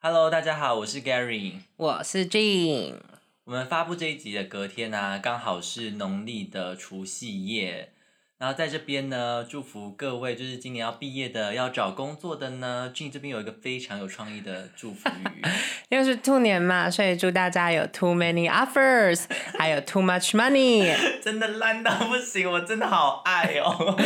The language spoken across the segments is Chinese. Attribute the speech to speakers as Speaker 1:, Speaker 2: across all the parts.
Speaker 1: Hello，大家好，我是 Gary。
Speaker 2: 我是 Jean，
Speaker 1: 我们发布这一集的隔天呢、刚好是农历的除夕夜。然后在这边呢，祝福各位就是今年要毕业的、要找工作的呢，Jin 这边有一个非常有创意的祝福语。
Speaker 2: 因为是兔年嘛，所以祝大家有 too many offers，还有 too much money。
Speaker 1: 真的烂到不行，我真的好爱哦。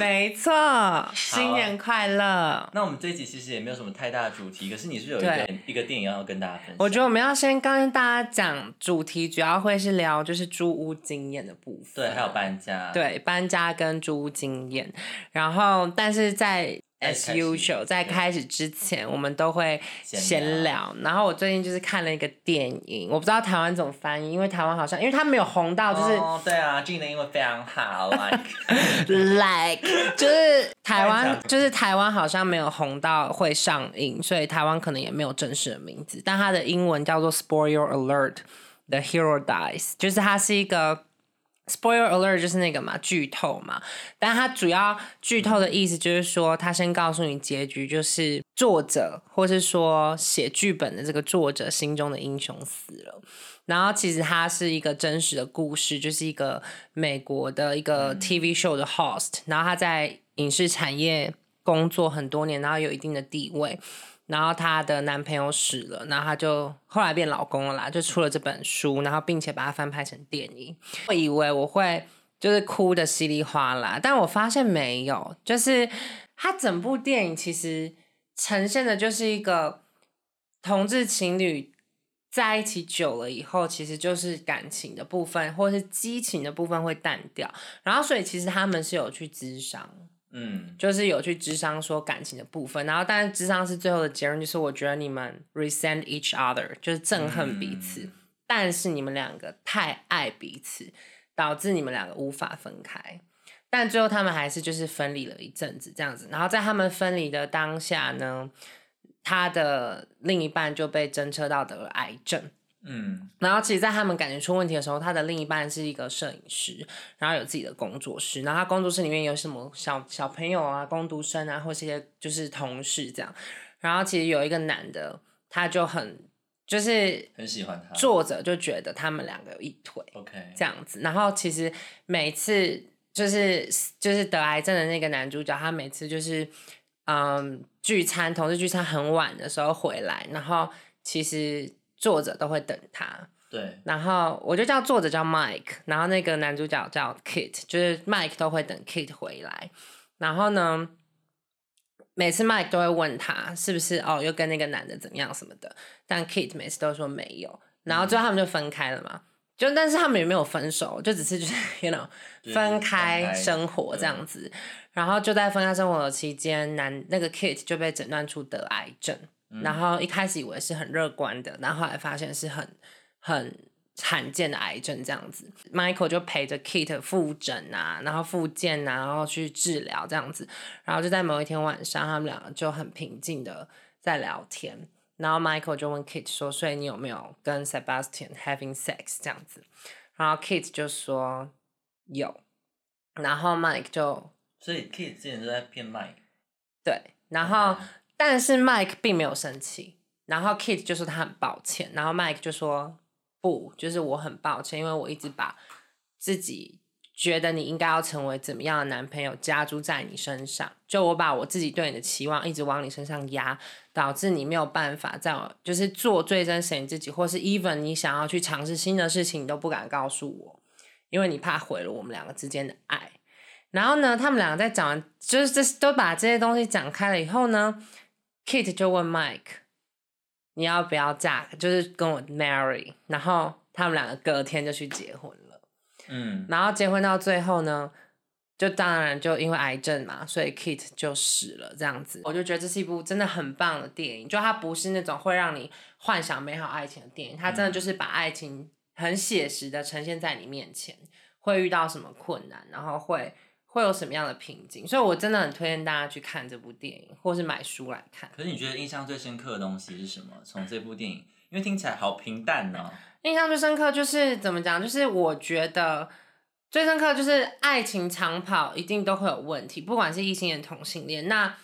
Speaker 2: 没错，新年快乐！
Speaker 1: 那我们这一集其实也没有什么太大的主题，可是你是有一个一个电影要跟大家分享。
Speaker 2: 我觉得我们要先跟大家讲主题，主要会是聊就是租屋经验的部分。
Speaker 1: 对，还有搬家。，
Speaker 2: 对搬家跟租屋经验，然后但是在
Speaker 1: 在开
Speaker 2: as
Speaker 1: 始
Speaker 2: usual 在
Speaker 1: 对
Speaker 2: 开始之前，我们都会
Speaker 1: 闲
Speaker 2: 闲聊。然后我最近就是看了一个电影，我不知道台湾怎么翻译，因为台湾好像因为它没有红到就是。
Speaker 1: 哦，对啊，Jin 的英文非常好啊。
Speaker 2: like 就是台
Speaker 1: 太
Speaker 2: 湾
Speaker 1: 长，
Speaker 2: 就是台湾好像没有红到会上映，所以台湾可能也没有正式的名字，但它的英文叫做 Spoiler Alert: The Hero Dies，就是它是一个。Spoiler alert 就是那个嘛，剧透嘛。但它主要剧透的意思就是说，它先告诉你结局，就是作者或是说写剧本的这个作者心中的英雄死了。然后其实它是一个真实的故事，就是一个美国的一个 TV show 的 host，、然后他在影视产业工作很多年，然后有一定的地位。然后她的男朋友死了，然后她就后来变老公了啦，就出了这本书，然后并且把它翻拍成电影。我以为我会就是哭的稀里哗啦，但我发现没有，就是它整部电影其实呈现的就是一个同志情侣在一起久了以后，其实就是感情的部分或是激情的部分会淡掉，然后所以其实他们是有去咨商。
Speaker 1: 嗯，
Speaker 2: 就是有去智商说感情的部分，然后但是智商是最后的结论，就是我觉得你们 resent each other，就是憎恨彼此，
Speaker 1: 嗯
Speaker 2: 但是你们两个太爱彼此，导致你们两个无法分开。但最后他们还是就是分离了一阵子这样子，然后在他们分离的当下呢，他的另一半就被侦测到得了癌症，
Speaker 1: 嗯，
Speaker 2: 然后其实，在他们感情出问题的时候，他的另一半是一个摄影师，然后有自己的工作室，然后他工作室里面有什么小小朋友啊、工读生啊，或是一些就是同事这样。然后其实有一个男的，他就很就是
Speaker 1: 很喜欢他。
Speaker 2: 作者就觉得他们两个有一腿，
Speaker 1: OK，
Speaker 2: 这样子。然后其实每次就是就是得癌症的那个男主角，他每次就是嗯聚餐，同事聚餐很晚的时候回来，然后其实作者都会等他。
Speaker 1: 对，
Speaker 2: 然后我就叫作者叫 Mike，然后那个男主角叫 Kit，就是 Mike 都会等 Kit 回来。然后呢，每次 Mike 都会问他是不是哦又跟那个男的怎么样什么的，但 Kit 每次都说没有。然后最后他们就分开了嘛，就但是他们也没有分手，就只是就是 you know
Speaker 1: 就是
Speaker 2: 分
Speaker 1: 分
Speaker 2: 开
Speaker 1: 开
Speaker 2: 生活这样子。然后就在分开生活的期间，男那个 Kit 就被诊断出得癌症。然后一开始以为是很乐观的，然后后来发现是很很罕见的癌症这样子。Michael 就陪着 Kit 复诊啊，然后复健啊，然后去治疗这样子。然后就在某一天晚上，他们两个就很平静的在聊天。然后 Michael 就问 Kit 说：“所以你有没有跟 Sebastian having sex 这样子？”然后 Kit 就说有，然后 Mike 就
Speaker 1: 所以 Kid 之前都在骗 Mike。
Speaker 2: 对，然后。但是 Mike 并没有生气，然后 Kit 就说他很抱歉，然后 Mike 就说不，就是我很抱歉，因为我一直把自己觉得你应该要成为怎么样的男朋友加诸在你身上，就我把我自己对你的期望一直往你身上压，导致你没有办法在我就是做最真实的你自己，或是 even 你想要去尝试新的事情，你都不敢告诉我，因为你怕毁了我们两个之间的爱。然后呢，他们两个在讲完，就是这都把这些东西讲开了以后呢，Kit 就问 Mike：“ 你要不要嫁？就是跟我 marry？” 然后他们两个隔天就去结婚了。
Speaker 1: 嗯，
Speaker 2: 然后结婚到最后呢，就当然就因为癌症嘛，所以 Kit 就死了。这样子，我就觉得这是一部真的很棒的电影，就它不是那种会让你幻想美好爱情的电影，它真的就是把爱情很写实的呈现在你面前，会遇到什么困难，然后会。会有什么样的瓶颈？所以我真的很推荐大家去看这部电影，或是买书来看。
Speaker 1: 可是你觉得印象最深刻的东西是什么？从这部电影，因为听起来好平淡哦呢、
Speaker 2: 印象最深刻就是怎么讲？就是我觉得最深刻就是爱情长跑一定都会有问题，不管是异性恋、同性恋。那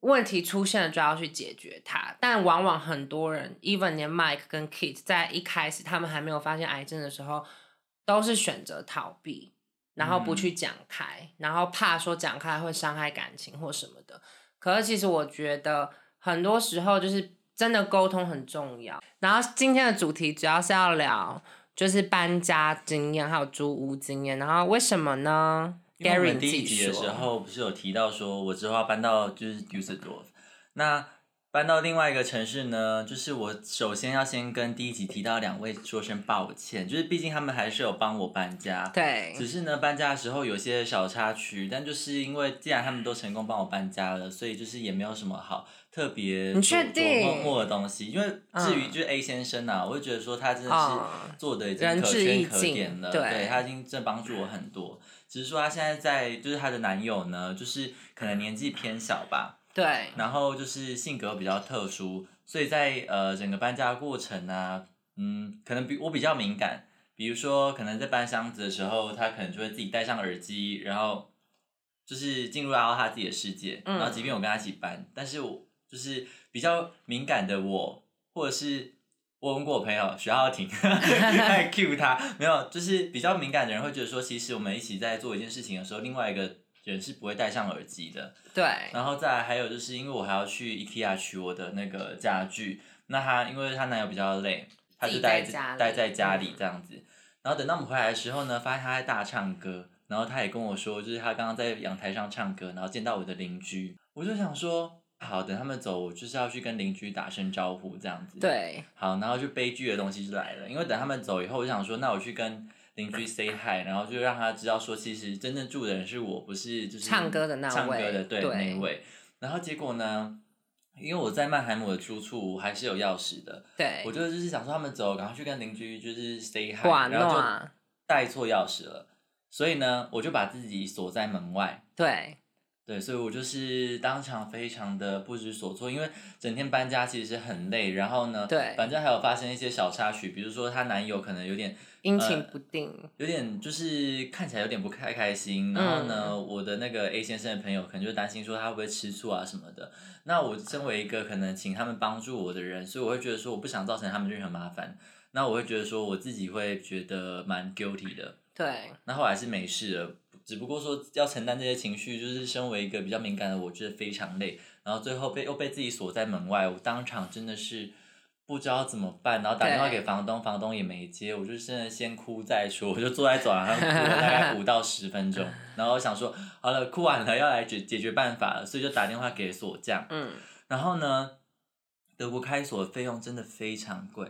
Speaker 2: 问题出现了就要去解决它。但往往很多人，even 连 Mike 跟 Kit 在一开始他们还没有发现癌症的时候，都是选择逃避，然后不去讲开，然后怕说讲开会伤害感情或什么的。可是其实我觉得很多时候就是真的沟通很重要。然后今天的主题主要是要聊就是搬家经验还有租屋经验，然后为什么呢
Speaker 1: 因为我
Speaker 2: ？Gary
Speaker 1: 们
Speaker 2: 你
Speaker 1: 第
Speaker 2: 自
Speaker 1: 一
Speaker 2: 己
Speaker 1: 集的时
Speaker 2: 说。
Speaker 1: 候不是有提到说，我之后要搬到就是 Dusseldorf，那搬到另外一个城市呢，就是我首先要先跟第一集提到两位说声抱歉，就是毕竟他们还是有帮我搬家，
Speaker 2: 对，
Speaker 1: 只是呢搬家的时候有些小插曲，但就是因为既然他们都成功帮我搬家了，所以就是也没有什么好特别
Speaker 2: 你
Speaker 1: 琢
Speaker 2: 确定
Speaker 1: 琢磨磨的东西，因为至于
Speaker 2: 嗯
Speaker 1: 就是 A 先生啊，我就觉得说他真的
Speaker 2: 嗯
Speaker 1: 是做的已经
Speaker 2: 仁
Speaker 1: 可
Speaker 2: 至义
Speaker 1: 圈可
Speaker 2: 尽
Speaker 1: 点了，
Speaker 2: 对
Speaker 1: 对他已经真的帮助我很多。只是说她现在在，就是她的男友呢，就是可能年纪偏小吧，
Speaker 2: 对，
Speaker 1: 然后就是性格比较特殊，所以在呃整个搬家过程啊，嗯，可能比我比较敏感，比如说可能在搬箱子的时候，她可能就会自己戴上耳机，然后就是进入到她自己的世界，
Speaker 2: 嗯
Speaker 1: 然后即便我跟她一起搬，但是我就是比较敏感的我，或者是我问过我朋友徐浩庭， 太 cue 他，没有，就是比较敏感的人会觉得说，其实我们一起在做一件事情的时候，另外一个人是不会戴上耳机的。
Speaker 2: 对，
Speaker 1: 然后再来还有就是因为我还要去 IKEA 取我的那个家具，那她因为她男友比较累，她就待
Speaker 2: 自己在家里嗯
Speaker 1: 待在家里这样子。然后等到我们回来的时候呢，发现她在大唱歌，然后她也跟我说，就是她刚刚在阳台上唱歌，然后见到我的邻居，我就想说，好，等他们走，我就是要去跟邻居打声招呼这样子。。
Speaker 2: 对，
Speaker 1: 好，然后就悲剧的东西就来了，因为等他们走以后，我就想说，那我去跟邻居 say hi，然后就让他知道说，其实真正住的人是我，不是就是
Speaker 2: 唱歌的那
Speaker 1: 唱
Speaker 2: 位
Speaker 1: 歌的对
Speaker 2: 对
Speaker 1: 那一位。然后结果呢，因为我在曼海姆的住处我还是有钥匙的，
Speaker 2: 对
Speaker 1: 我，就就是想说他们走，赶快去跟邻居就是 say hi，
Speaker 2: 寡
Speaker 1: 然后就
Speaker 2: 暖，
Speaker 1: 带错钥匙了，所以呢，我就把自己锁在门外。
Speaker 2: 对，
Speaker 1: 对，所以我就是当场非常的不知所措，因为整天搬家其实很累，然后呢，
Speaker 2: 对
Speaker 1: 反正还有发生一些小插曲，比如说她男友可能有点
Speaker 2: 阴晴不定，
Speaker 1: 有点就是看起来有点不开开心，然后呢，我的那个 A 先生的朋友可能就担心说他会不会吃醋啊什么的。那我身为一个可能请他们帮助我的人，所以我会觉得说我不想造成他们任何麻烦，那我会觉得说我自己会觉得蛮 guilty 的。
Speaker 2: 对，
Speaker 1: 那后来是没事了，只不过说要承担这些情绪，就是身为一个比较敏感的我，觉得非常累。然后最后被又被自己锁在门外，我当场真的是不知道怎么办，然后打电话
Speaker 2: 对
Speaker 1: 给房东，房东也没接，我就真的先哭再说，我就坐在走廊上哭了大概五到十分钟，然后我想说好了，哭完了要来解解决办法了，所以就打电话给锁匠，
Speaker 2: 嗯，
Speaker 1: 然后呢，德国开锁的费用真的非常贵，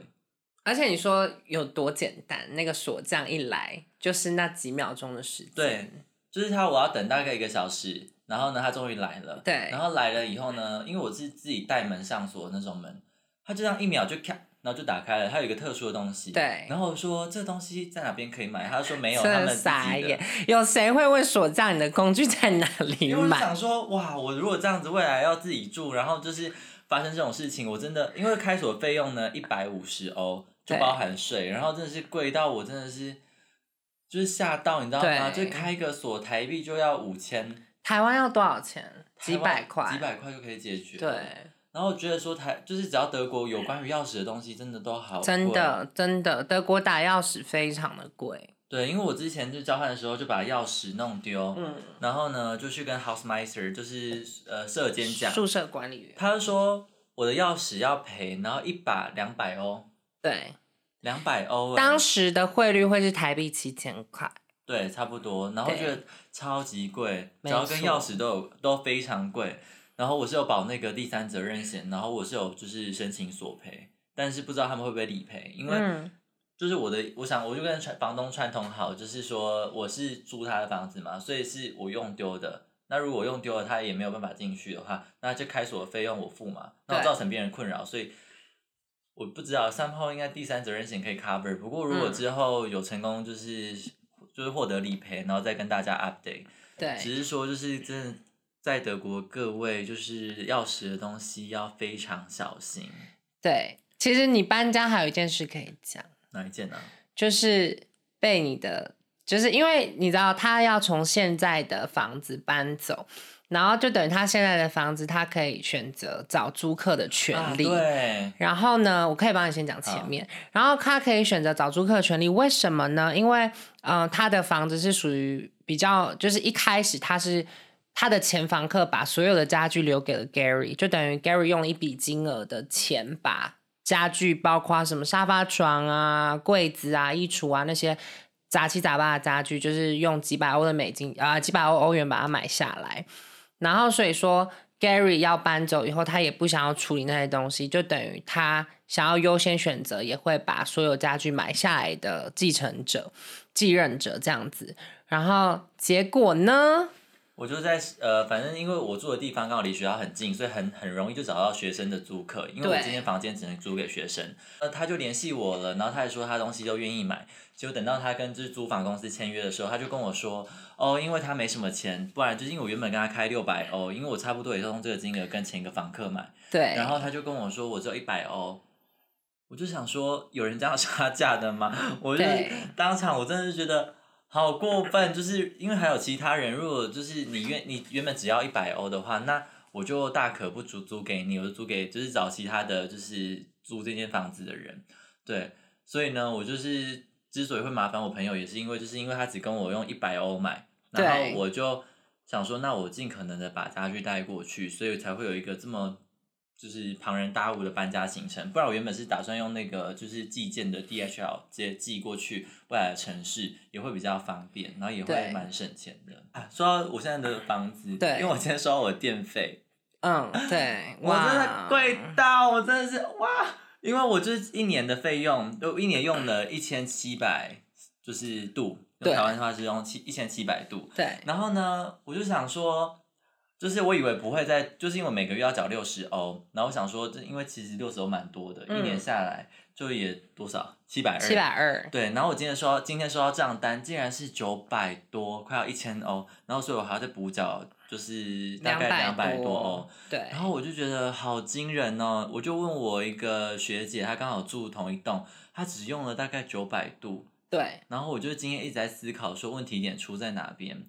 Speaker 2: 而且你说有多简单，那个锁匠一来就是那几秒钟的时间，
Speaker 1: 对，就是他，我要等大概一个小时，然后呢，他终于来了。
Speaker 2: 对
Speaker 1: 然后来了以后呢，因为我是自己带门上锁的那种门，他就这样一秒就咔，然后就打开了。它有一个特殊的东西。。
Speaker 2: 对，
Speaker 1: 然后我说这东西在哪边可以买？他就说没有，他
Speaker 2: 真
Speaker 1: 们
Speaker 2: 的
Speaker 1: 自
Speaker 2: 傻
Speaker 1: 己
Speaker 2: 眼
Speaker 1: 的。，
Speaker 2: 有谁会问锁匠你的工具在哪里
Speaker 1: 因为我就
Speaker 2: 买？
Speaker 1: 想说，哇，我如果这样子未来要自己住，然后就是发生这种事情，我真的因为开锁费用呢一百五十欧就
Speaker 2: 对
Speaker 1: 包含税，然后真的是贵到我真的是就是吓到，你知道吗？
Speaker 2: 对
Speaker 1: 就开个锁台币就要五千。
Speaker 2: 台湾要多少钱？几
Speaker 1: 台湾
Speaker 2: 百块，
Speaker 1: 几百块就可以解决。
Speaker 2: 对，，
Speaker 1: 然后我觉得说台就是只要德国有关于钥匙的东西，真的都好贵
Speaker 2: 真。的真的，德国打钥匙非常的贵，
Speaker 1: 对，因为我之前就交换的时候就把钥匙弄丢，
Speaker 2: 嗯，
Speaker 1: 然后呢就去跟 Housemeister 就是呃舍监讲，
Speaker 2: 宿舍管理员，
Speaker 1: 他就说我的钥匙要赔，然后一把两百欧，
Speaker 2: 对，
Speaker 1: 两百欧欸，
Speaker 2: 当时的汇率会是台币七千块，
Speaker 1: 对差不多，然后
Speaker 2: 对
Speaker 1: 觉得超级贵，只
Speaker 2: 没
Speaker 1: 要跟
Speaker 2: 错
Speaker 1: 钥匙都有都非常贵。然后我是有保那个第三责任险，然后我是有就是申请索赔，但是不知道他们会不会理赔，因为
Speaker 2: 嗯，
Speaker 1: 就是我的，我想我就跟传房东串通好，就是说我是租他的房子嘛，所以是我用丢的。那如果我用丢了，他也没有办法进去的话，那就开锁的费用我付嘛，那我
Speaker 2: 对
Speaker 1: 造成别人困扰，所以我不知道三炮应该第三责任险可以 cover。不过如果
Speaker 2: 嗯
Speaker 1: 之后有成功，就是、就是获得理赔，然后再跟大家 update。
Speaker 2: 对，
Speaker 1: 只是说就是真的在德国各位就是钥匙的东西要非常小心。
Speaker 2: 对，其实你搬家还有一件事可以讲，
Speaker 1: 哪一件呢、
Speaker 2: 就是被你的，就是因为你知道他要从现在的房子搬走，然后就等于他现在的房子，他可以选择找租客的
Speaker 1: 啊
Speaker 2: 权利。
Speaker 1: 对，
Speaker 2: 然后呢，我可以帮你先讲前面。然后他可以选择找租客的权利，为什么呢？因为呃，他的房子是属于比较，就是一开始他是他的前房客把所有的家具留给了 Gary，就等于 Gary 用了一笔金额的钱把家具，包括什么沙发床啊、柜子啊、衣橱啊那些。杂七杂八的家具，就是用几百欧的美金啊、几百欧欧元把它买下来。然后所以说 Gary 要搬走以后，他也不想要处理那些东西，就等于他想要优先选择，也会把所有家具买下来的继承者、继任者这样子。然后结果呢？
Speaker 1: 我就在呃，反正因为我住的地方刚好离学校很近，所以很很容易就找到学生的租客。因为我
Speaker 2: 对
Speaker 1: 这间房间只能租给学生，那他就联系我了，然后他还说他东西都愿意买。结果等到他跟就是租房公司签约的时候，他就跟我说，哦，因为他没什么钱，不然就是因为我原本跟他开六百欧，因为我差不多也是用这个金额跟前一个房客买，
Speaker 2: 对，
Speaker 1: 然后他就跟我说我只有一百欧，我就想说有人这样杀价的吗？我就是
Speaker 2: 对
Speaker 1: 当场我真的是觉得好过分，就是因为还有其他人，如果就是你愿你原本只要一百欧的话，那我就大可不租租给你，我就租给就是找其他的就是租这间房子的人，对，所以呢，我就是之所以会麻烦我朋友，也是因为就是因为他只跟我用一百欧买，然
Speaker 2: 对
Speaker 1: 后我就想说，那我尽可能的把家具带过去，所以才会有一个这么就是庞然大物的搬家行程。不然我原本是打算用那个就是寄件的 DHL 直接寄过去未来的城市，也会比较方便，然后也会
Speaker 2: 对
Speaker 1: 蛮省钱的。啊，说到我现在的房子，
Speaker 2: 对
Speaker 1: 因为我今天收到我的电费，
Speaker 2: 嗯， 对，
Speaker 1: 我
Speaker 2: 哇
Speaker 1: 真的贵到，我真的是哇！因为我就是一年的费用，就一年用了一千七百，就是度，用
Speaker 2: 对
Speaker 1: 台湾的话是用七一千七百度。
Speaker 2: 对
Speaker 1: 然后呢，我就想说，就是我以为不会再，就是因为我每个月要缴六十欧，然后我想说，这因为其实六十欧蛮多的，一
Speaker 2: 嗯
Speaker 1: 年下来就也多少七百二，
Speaker 2: 七百二，
Speaker 1: 对，然后我今天收到今天收到账单，竟然是九百多，快要一千欧，然后所以我还要再补缴，就是大概两百
Speaker 2: 百
Speaker 1: 多欧。，
Speaker 2: 对
Speaker 1: 然后我就觉得好惊人哦！我就问我一个学姐，她刚好住同一栋，她只用了大概九百度。
Speaker 2: 对
Speaker 1: 然后我就今天一直在思考说问题点出在哪边，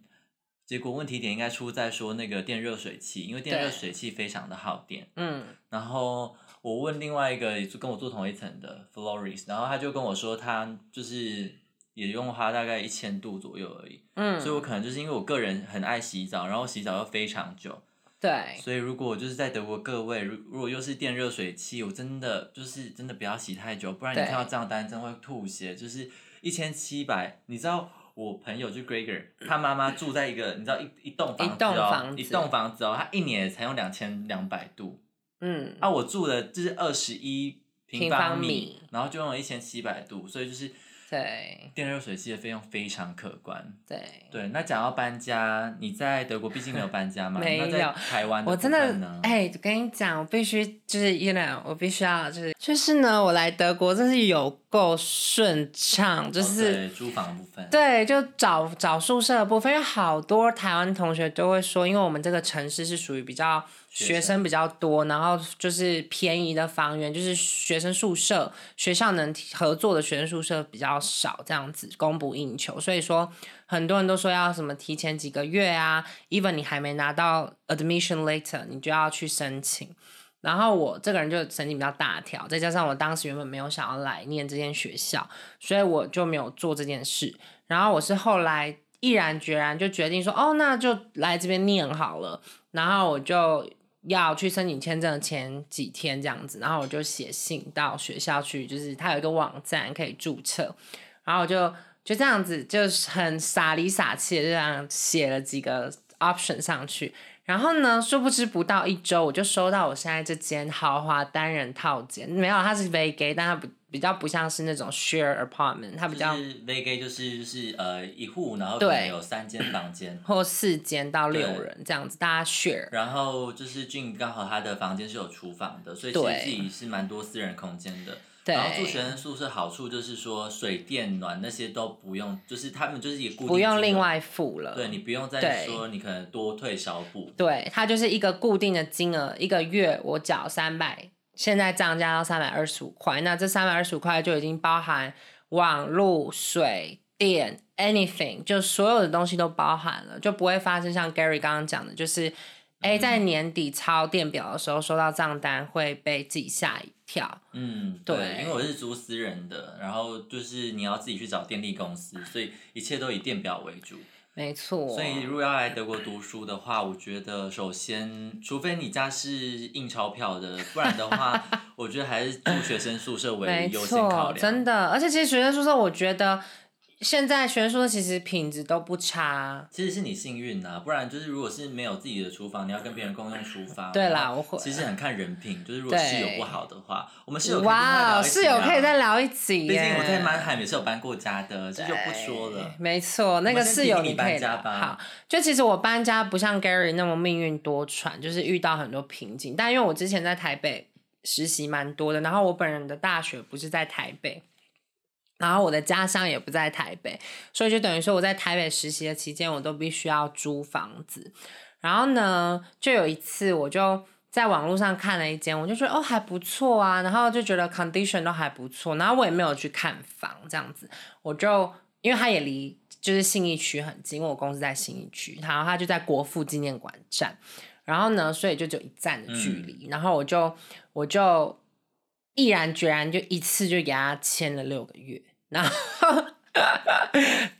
Speaker 1: 结果问题点应该出在说那个电热水器，因为电
Speaker 2: 对
Speaker 1: 热水器非常的耗电。
Speaker 2: 嗯，
Speaker 1: 然后我问另外一个也就跟我住同一层的 Floris，然后他就跟我说他就是也用花大概一千度左右而已，
Speaker 2: 嗯
Speaker 1: 所以我可能就是因为我个人很爱洗澡，然后洗澡又非常久，
Speaker 2: 对
Speaker 1: 所以如果就是在德国各位，如如果又是电热水器，我真的就是真的不要洗太久，不然你
Speaker 2: 对
Speaker 1: 看到账单真会吐血。就是一千七百，你知道我朋友就 Gregor，他妈妈住在一个你知道一一栋房子
Speaker 2: 一栋
Speaker 1: 哦
Speaker 2: 房，子
Speaker 1: 一栋房子哦，他一年也才用两千两百度，
Speaker 2: 嗯，
Speaker 1: 啊，我住的就是二十一平
Speaker 2: 平
Speaker 1: 方
Speaker 2: 方
Speaker 1: 米，
Speaker 2: 米
Speaker 1: 然后就用了一千七百度，所以就是
Speaker 2: 对
Speaker 1: 电热水器的费用非常可观。
Speaker 2: 对。
Speaker 1: 对，那讲到搬家，你在德国毕竟没有搬家嘛，
Speaker 2: 没
Speaker 1: 那在
Speaker 2: 有
Speaker 1: 台湾
Speaker 2: 我
Speaker 1: 部
Speaker 2: 真的
Speaker 1: 分呢
Speaker 2: 哎、跟你讲，我必须就是，you know，我必须要就是，就是呢，我来德国真是有够顺畅，就
Speaker 1: 哦
Speaker 2: 是、
Speaker 1: 对租房的部分，
Speaker 2: 对，就找找宿舍的部分，因为好多台湾同学都会说，因为我们这个城市是属于比较
Speaker 1: 学
Speaker 2: 学
Speaker 1: 生
Speaker 2: 生比较多，然后就是便宜的房源，就是学生宿舍，学校能提合作的学生宿舍比较少，这样子供不应求，所以说很多人都说要什么提前几个月啊，even 你还没拿到 admission later，你就要去申请。然后我这个人就神经比较大条，再加上我当时原本没有想要来念这间学校，所以我就没有做这件事。然后我是后来毅然决然就决定说，哦，那就来这边念好了。然后我就要去申请签证的前几天这样子，然后我就写信到学校去，就是它有一个网站可以注册，然后我就就这样子，就是很傻里傻气的就这样写了几个 option 上去。然后呢，殊不知不到一周，我就收到我现在这间豪华单人套间，没有，它是 v a g a 但它不比较不像是那种 share apartment，它比较、
Speaker 1: 就是 vacay 就是就是呃一户，然后可能
Speaker 2: 对，
Speaker 1: 有三间房间
Speaker 2: 或四间到六
Speaker 1: 对
Speaker 2: 人这样子，大家 share。
Speaker 1: 然后就是俊刚好他的房间是有厨房的，所以其实
Speaker 2: 对
Speaker 1: 自己是蛮多私人空间的。
Speaker 2: 对
Speaker 1: 然后住学生宿舍好处就是说水电暖那些都不用，就是他们就是一个固定
Speaker 2: 不用
Speaker 1: 金额
Speaker 2: 另，外付了。
Speaker 1: 对你不用再
Speaker 2: 对
Speaker 1: 说你可能多退少补，
Speaker 2: 对，它就是一个固定的金额，一个月我缴三百，现在涨价到三百二十五块，那这三百二十五块就已经包含网路、水店 anything，就所有的东西都包含了，就不会发生像 Gary 刚刚讲的，就是哎、在
Speaker 1: 嗯
Speaker 2: 年底抄电表的时候收到账单会被自己吓一跳。
Speaker 1: 嗯，
Speaker 2: 对
Speaker 1: 因为我是租私人的，然后就是你要自己去找电力公司，所以一切都以电表为主。
Speaker 2: 没错，
Speaker 1: 所以如果要来德国读书的话，我觉得首先，除非你家是印钞票的，不然的话，我觉得还是住学生宿舍为
Speaker 2: 没
Speaker 1: 优先考
Speaker 2: 错，
Speaker 1: 量。
Speaker 2: 真的，而且其实学生宿舍，我觉得现在学生宿舍其实品质都不差。
Speaker 1: 其实是你幸运呐、不然就是如果是没有自己的厨房，你要跟别人共用厨房。
Speaker 2: 对
Speaker 1: 然
Speaker 2: 啦，
Speaker 1: 后
Speaker 2: 我会。
Speaker 1: 其实很看人品，就是如果室友不好的话，我们室友可以另外
Speaker 2: 哇
Speaker 1: 聊
Speaker 2: 哦，
Speaker 1: 一
Speaker 2: 室
Speaker 1: 集
Speaker 2: 友
Speaker 1: 啊
Speaker 2: 可以再聊一集
Speaker 1: 毕
Speaker 2: 耶。
Speaker 1: 竟我在曼海也是有搬过家的，这就不说了。
Speaker 2: 没错，那
Speaker 1: 我们
Speaker 2: 个
Speaker 1: 先
Speaker 2: 室
Speaker 1: 提醒
Speaker 2: 友
Speaker 1: 你
Speaker 2: 可以
Speaker 1: 搬家
Speaker 2: 聊
Speaker 1: 吧
Speaker 2: 好，就其实我搬家不像 Gary 那么命运多舛，就是遇到很多瓶颈。但因为我之前在台北实习蛮多的，然后我本人的大学不是在台北，然后我的家乡也不在台北，所以就等于说我在台北实习的期间，我都必须要租房子。然后呢，就有一次我就在网络上看了一间，我就觉得哦还不错啊，然后就觉得 condition 都还不错，然后我也没有去看房这样子，我就因为它也离就是信义区很近，因为我公司在信义区，然后它就在国父纪念馆站，然后呢，所以就只有一站的距离，然后我就我就毅然决然就一次就给他签了六个月，然后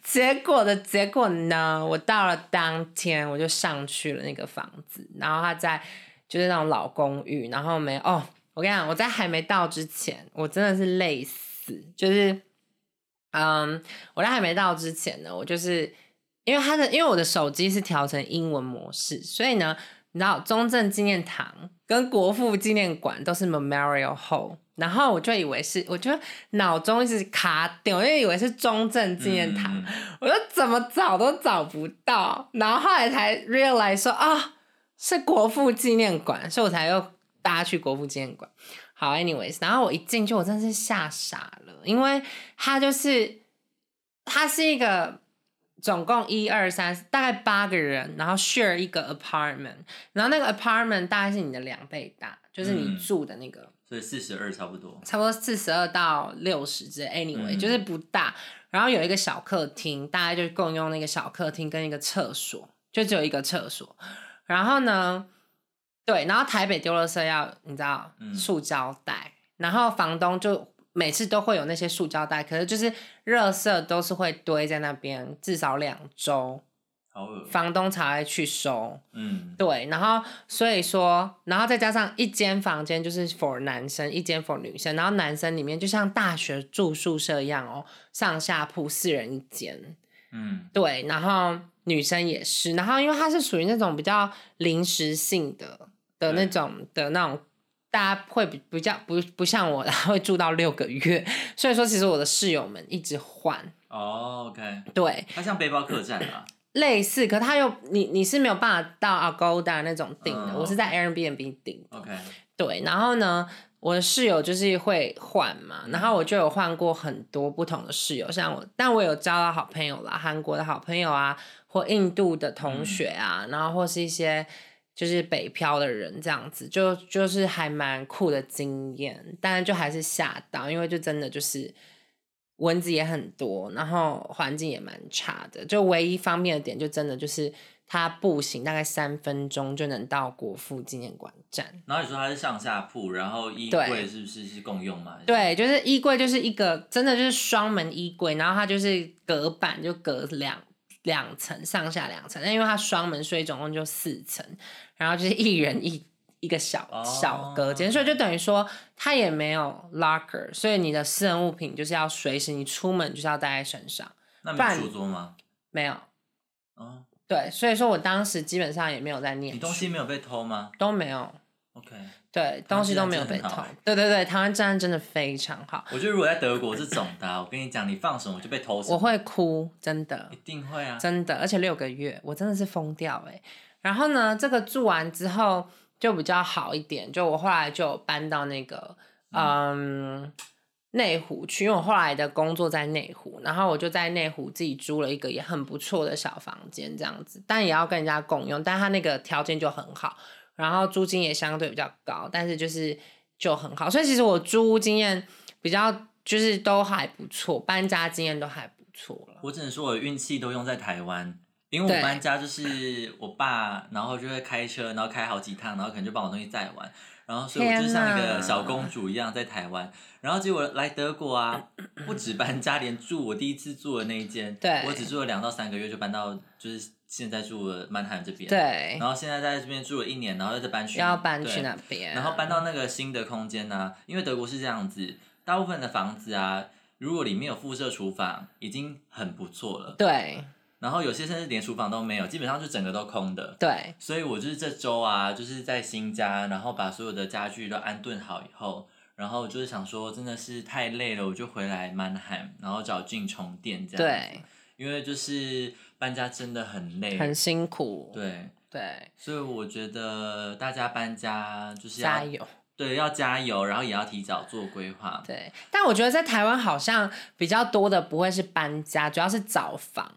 Speaker 2: 结果的结果呢，我到了当天我就上去了那个房子，然后他在就是那种老公寓，然后没哦，我跟你讲，我在还没到之前，我真的是累死，就是嗯，我在还没到之前呢，我就是因为他的因为我的手机是调成英文模式，所以呢，你知道中正纪念堂跟国父纪念馆都是 Memorial Hall，然后我就以为是，我就脑中一直卡点，我就以为是中正纪念堂，
Speaker 1: 嗯
Speaker 2: 我就怎么找都找不到，然后后来才 realize 说啊、是国父纪念馆，所以我才又搭去国父纪念馆。好，anyways，然后我一进去，我真的是吓傻了，因为它就是它是一个总共一二三四大概八个人，然后 share 一个 apartment，然后那个 apartment 大概是你的两倍大，就是你
Speaker 1: 嗯
Speaker 2: 住的那个。
Speaker 1: 所以四十二差不多。
Speaker 2: 差不多四十二到六十之类，anyway、
Speaker 1: 嗯
Speaker 2: 就是不大。然后有一个小客厅，大家就共用那个小客厅跟一个厕所，就只有一个厕所。然后呢，对，然后台北丢垃圾要你知道
Speaker 1: 嗯
Speaker 2: 塑胶袋，然后房东就每次都会有那些塑胶袋，可是就是热圾都是会堆在那边，至少两周，
Speaker 1: 好恶。
Speaker 2: 房东才会去收。
Speaker 1: 嗯，
Speaker 2: 对，然后所以说，然后再加上一间房间就是 for 男生，一间 for 女生，然后男生里面就像大学住宿舍一样哦，上下铺四人一间，
Speaker 1: 嗯，
Speaker 2: 对，然后女生也是，然后因为它是属于那种比较临时性的的那
Speaker 1: 对
Speaker 2: 种的那种。大家会比比较不不像我，然 后会住到六个月，所以说其实我的室友们一直换，
Speaker 1: 哦，OK，
Speaker 2: 对，
Speaker 1: 它像背包客栈 啊。
Speaker 2: 类似，可它又你你是没有办法到 Agoda 那种订的，
Speaker 1: 嗯
Speaker 2: 我是在 Airbnb 订
Speaker 1: OK，
Speaker 2: 对，然后呢，我的室友就是会换嘛，然后我就有换过很多不同的室友，像我，但我有交到好朋友啦，韩国的好朋友啊，或印度的同学啊，然后或是一些就是北漂的人这样子，就就是还蛮酷的经验，但是就还是吓到，因为就真的就是。蚊子也很多，然后环境也蛮差的。就唯一方便的点，就真的就是它步行大概三分钟就能到国父纪念馆站，
Speaker 1: 然后你说它是上下铺，然后衣
Speaker 2: 对
Speaker 1: 柜是不是是共用嘛？，
Speaker 2: 对，就是衣柜就是一个真的就是双门衣柜，然后它就是隔板就隔两两层上下两层，但因为它双门，所以总共就四层，然后就是一人一一个小、
Speaker 1: 哦
Speaker 2: 小隔间，所以就等于说它也没有 locker，所以你的私人物品就是要随时你出门就是要带在身上，
Speaker 1: 那没
Speaker 2: 半
Speaker 1: 有书桌吗？
Speaker 2: 没有。
Speaker 1: 哦，
Speaker 2: 对，所以说我当时基本上也没有在念
Speaker 1: 你
Speaker 2: 书，
Speaker 1: 东西没有被偷吗
Speaker 2: 都没有，
Speaker 1: ？OK，
Speaker 2: 对，
Speaker 1: 台湾
Speaker 2: 东西
Speaker 1: 治
Speaker 2: 都
Speaker 1: 安
Speaker 2: 没有
Speaker 1: 真的
Speaker 2: 被
Speaker 1: 很
Speaker 2: 偷
Speaker 1: 好欸。
Speaker 2: 对对对，台湾治安真的非常好，
Speaker 1: 我觉得如果在德国这种的啊，我跟你讲，你放什么就被偷什
Speaker 2: 我
Speaker 1: 么，
Speaker 2: 会哭，真的
Speaker 1: 一。定会啊。
Speaker 2: 真的，而且六个月，我真的是疯掉哎、然后呢，这个住完之后就比较好一点，就我后来就搬到那个嗯内湖去，因为我后来的工作在内湖，然后我就在内湖自己租了一个也很不错的小房间这样子，但也要跟人家共用，但他那个条件就很好，然后租金也相对比较高，但是就是就很好，所以其实我租屋经验比较就是都还不错，搬家经验都还不错了。
Speaker 1: 我只能说我的运气都用在台湾，因为我
Speaker 2: 对
Speaker 1: 搬家就是我爸，然后就会开车，然后开好几趟，然后可能就把我东西载完，然后所以我就
Speaker 2: 天
Speaker 1: 像一
Speaker 2: 哪
Speaker 1: 个小公主一样在台湾。然后结果来德国啊，不止搬家，连住我第一次住的那一间，
Speaker 2: 对
Speaker 1: 我只住了两到三个月就搬到就是现在住的曼汉这边，，
Speaker 2: 对，
Speaker 1: 然后现在在这边住了一年，然后又再搬去
Speaker 2: 要搬去
Speaker 1: 对
Speaker 2: 那边，
Speaker 1: 然后搬到那个新的空间呢、因为德国是这样子，大部分的房子啊，如果里面有附设厨房，已经很不错了。
Speaker 2: 对
Speaker 1: 然后有些甚至连厨房都没有，基本上就整个都空的。
Speaker 2: 对
Speaker 1: 所以我就是这周啊，就是在新家，然后把所有的家具都安顿好以后，然后就是想说真的是太累了，我就回来曼海，然后找进充电这样。，
Speaker 2: 对，
Speaker 1: 因为就是搬家真的很累，
Speaker 2: 很辛苦，
Speaker 1: 对，
Speaker 2: 对，
Speaker 1: 所以我觉得大家搬家就是要
Speaker 2: 加油。
Speaker 1: 对，要加油，然后也要提早做规划。
Speaker 2: 对，但我觉得在台湾好像比较多的不会是搬家，主要是找房。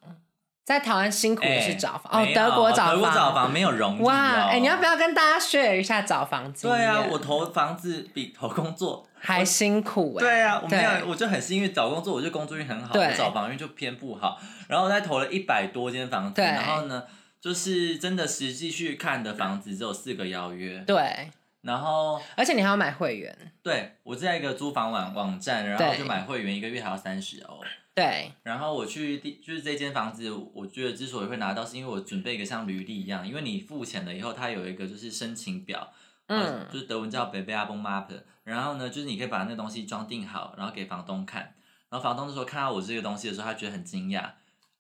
Speaker 2: 在台湾辛苦的是找房、
Speaker 1: 哎
Speaker 2: 哦，
Speaker 1: 没有
Speaker 2: 德国找
Speaker 1: 德国找房没有容易、哦、
Speaker 2: 哇，哎、你要不要跟大家 share 一下找房经验？
Speaker 1: 对啊，我投房子比投工作。
Speaker 2: 还辛苦哎、
Speaker 1: 对啊，我没有，
Speaker 2: 对
Speaker 1: 我就很幸运，找工作我就工作运很好，
Speaker 2: 对
Speaker 1: 我找房运就偏不好。然后我再投了一百多间房子，
Speaker 2: 对
Speaker 1: 然后呢，就是真的实际去看的房子只有四个邀约。
Speaker 2: 对，
Speaker 1: 然后
Speaker 2: 而且你还要买会员，
Speaker 1: 对我在一个租房网网站，然后
Speaker 2: 对
Speaker 1: 就买会员，一个月还要三十欧。
Speaker 2: 对
Speaker 1: 然后我去第就是这间房子，我觉得之所以会拿到，是因为我准备一个像履历一样，因为你付钱了以后，它有一个就是申请表，
Speaker 2: 嗯
Speaker 1: 呃就是德文叫 b e b e a b o n Map，然后呢，就是你可以把那东西装订好，然后给房东看，然后房东那时候看到我这个东西的时候，他觉得很惊讶，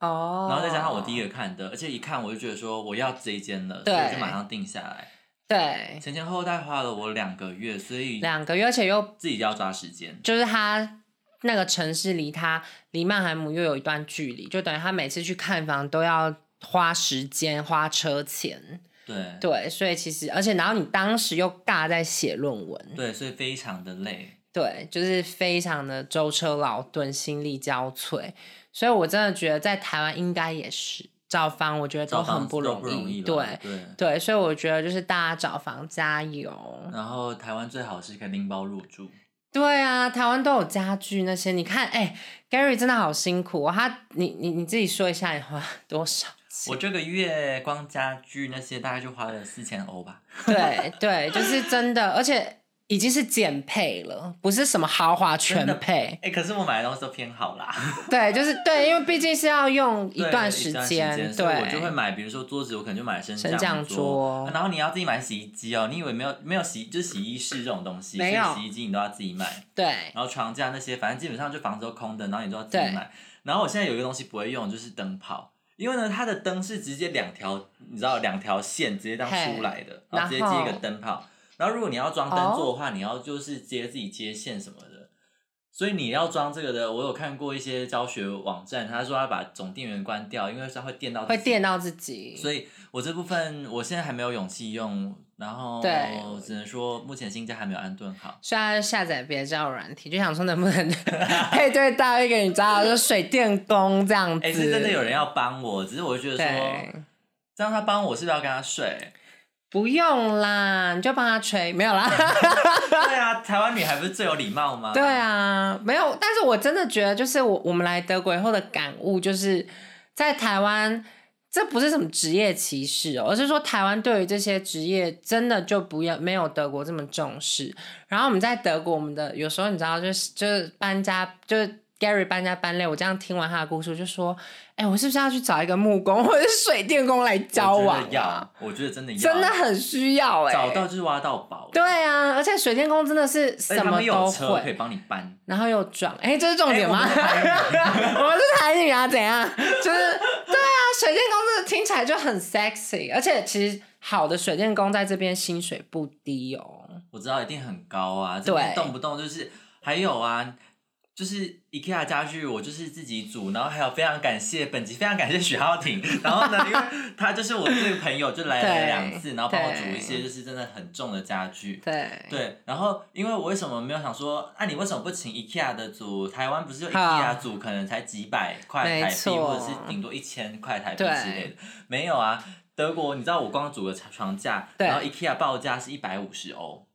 Speaker 2: 哦，
Speaker 1: 然后再加上我第一个看的，而且一看我就觉得说我要这一间了，所
Speaker 2: 对
Speaker 1: 以我就马上定下来，
Speaker 2: 对
Speaker 1: 前前后后大概花了我两个月，所以
Speaker 2: 两个月，而且又
Speaker 1: 自己要抓时间。
Speaker 2: 就是他那个城市离他离曼海姆又有一段距离，就等于他每次去看房都要花时间花车钱，
Speaker 1: 对
Speaker 2: 对，所以其实而且然后你当时又尬在写论文，
Speaker 1: 对，所以非常的累。
Speaker 2: 对，就是非常的舟车劳顿，心力交瘁，所以我真的觉得在台湾应该也是找房，我觉得
Speaker 1: 找
Speaker 2: 都
Speaker 1: 房
Speaker 2: 很
Speaker 1: 子都不容易
Speaker 2: 易，
Speaker 1: 啦
Speaker 2: 对
Speaker 1: 对，
Speaker 2: 对，所以我觉得就是大家找房加油。
Speaker 1: 然后台湾最好是可以拎包入住，
Speaker 2: 对啊，台湾都有家具那些，你看，哎、g a r y 真的好辛苦、哦，他你你你自己说一下，你花 多少
Speaker 1: 我
Speaker 2: 钱？
Speaker 1: 这个月光家具那些大概就花了四千欧吧。
Speaker 2: 对对，就是真的，而且已经是减配了，不是什么豪华全
Speaker 1: 真的
Speaker 2: 配，
Speaker 1: 哎、可是我买的东西都偏好啦，
Speaker 2: 对，就是对，因为毕竟是要用一
Speaker 1: 对
Speaker 2: 段
Speaker 1: 时
Speaker 2: 时
Speaker 1: 间，
Speaker 2: 间，
Speaker 1: 所以我就会
Speaker 2: 对，
Speaker 1: 买，比如说桌子，我可能就买升
Speaker 2: 升降
Speaker 1: 桌啊
Speaker 2: 桌
Speaker 1: 然后你要自己买洗衣机哦，你以为没有没有洗就是洗衣室这种东西，
Speaker 2: 没
Speaker 1: 所以
Speaker 2: 有
Speaker 1: 洗衣机你都要自己买，
Speaker 2: 对，
Speaker 1: 然后床架那些，反正基本上就房子都空的，然后你都要自己
Speaker 2: 对
Speaker 1: 买。然后我现在有一个东西不会用，就是灯泡。因为呢，它的灯是直接两条，你知道两条线直接这样
Speaker 2: 嘿
Speaker 1: 出来的，然
Speaker 2: 然
Speaker 1: 后
Speaker 2: 后
Speaker 1: 直接接一个灯泡。然后如果你要装灯
Speaker 2: 哦
Speaker 1: 做的话，你要就是接自己接线什么的。所以你要装这个的，我有看过一些教学网站，他说要把总电源关掉，因为它会电到自
Speaker 2: 会
Speaker 1: 己
Speaker 2: 电到自己，
Speaker 1: 所以我这部分我现在还没有勇气用，然后
Speaker 2: 对
Speaker 1: 只能说目前新家还没有安顿好。
Speaker 2: 虽然下载别的交友软体，就想说能 不能配对到一个你知道，就水电工这样子，
Speaker 1: 哎、是真的有人要帮我，只是我就觉得说
Speaker 2: 对。，
Speaker 1: 这样他帮我是不是要跟他哎 睡？
Speaker 2: 不用啦，你就帮他吹，没有啦。
Speaker 1: 对啊，台湾女孩不是最有礼貌吗？
Speaker 2: 对，啊，没有。但是我真的觉得，就是我我们来德国以后的感悟，就是在台湾，这不是什么职业歧视哦，而是说台湾对于这些职业真的就不要没有德国这么重视。然后我们在德国，我们的有时候你知道，就是就是搬家，就是 Gary 搬家搬累，我这样听完他的故事，我就说，哎、我是不是要去找一个木工或者是水电工来交往、
Speaker 1: 我觉得
Speaker 2: 啊？
Speaker 1: 要，我觉得真的要，
Speaker 2: 真的很需要哎、
Speaker 1: 找到就是挖到宝。
Speaker 2: 对，啊，而且水电工真的是
Speaker 1: 而且
Speaker 2: 什
Speaker 1: 他
Speaker 2: 么
Speaker 1: 们有
Speaker 2: 都
Speaker 1: 车可以
Speaker 2: 会，
Speaker 1: 帮你搬。
Speaker 2: 然后又壮，哎、这是重点吗？
Speaker 1: 哎我们是台
Speaker 2: 我们是台女啊，怎样？就是对啊，水电工真的听起来就很 sexy，而且其实好的水电工在这边薪水不低哦。
Speaker 1: 我知道一定很高啊，这边
Speaker 2: 对
Speaker 1: 动不动就是还有啊。就是 IKEA 家具，我就是自己组，然后还有非常感谢本集非常感谢许浩 廷，然后呢，因为他就是我这个朋友，就来了
Speaker 2: 对
Speaker 1: 两次，然后帮我组
Speaker 2: 对
Speaker 1: 一些就是真的很重的家具。
Speaker 2: 对
Speaker 1: 对，然后因为我为什么没有想说，啊，你为什么不请 IKEA 的组？台湾不是有 IKEA 组，可能才几百块台
Speaker 2: 没
Speaker 1: 币，
Speaker 2: 错
Speaker 1: 或者是顶多一千块台币
Speaker 2: 对
Speaker 1: 之类的。没有啊，德国你知道我光组个床架，
Speaker 2: 对
Speaker 1: 然后 IKEA 报价是一百五十欧，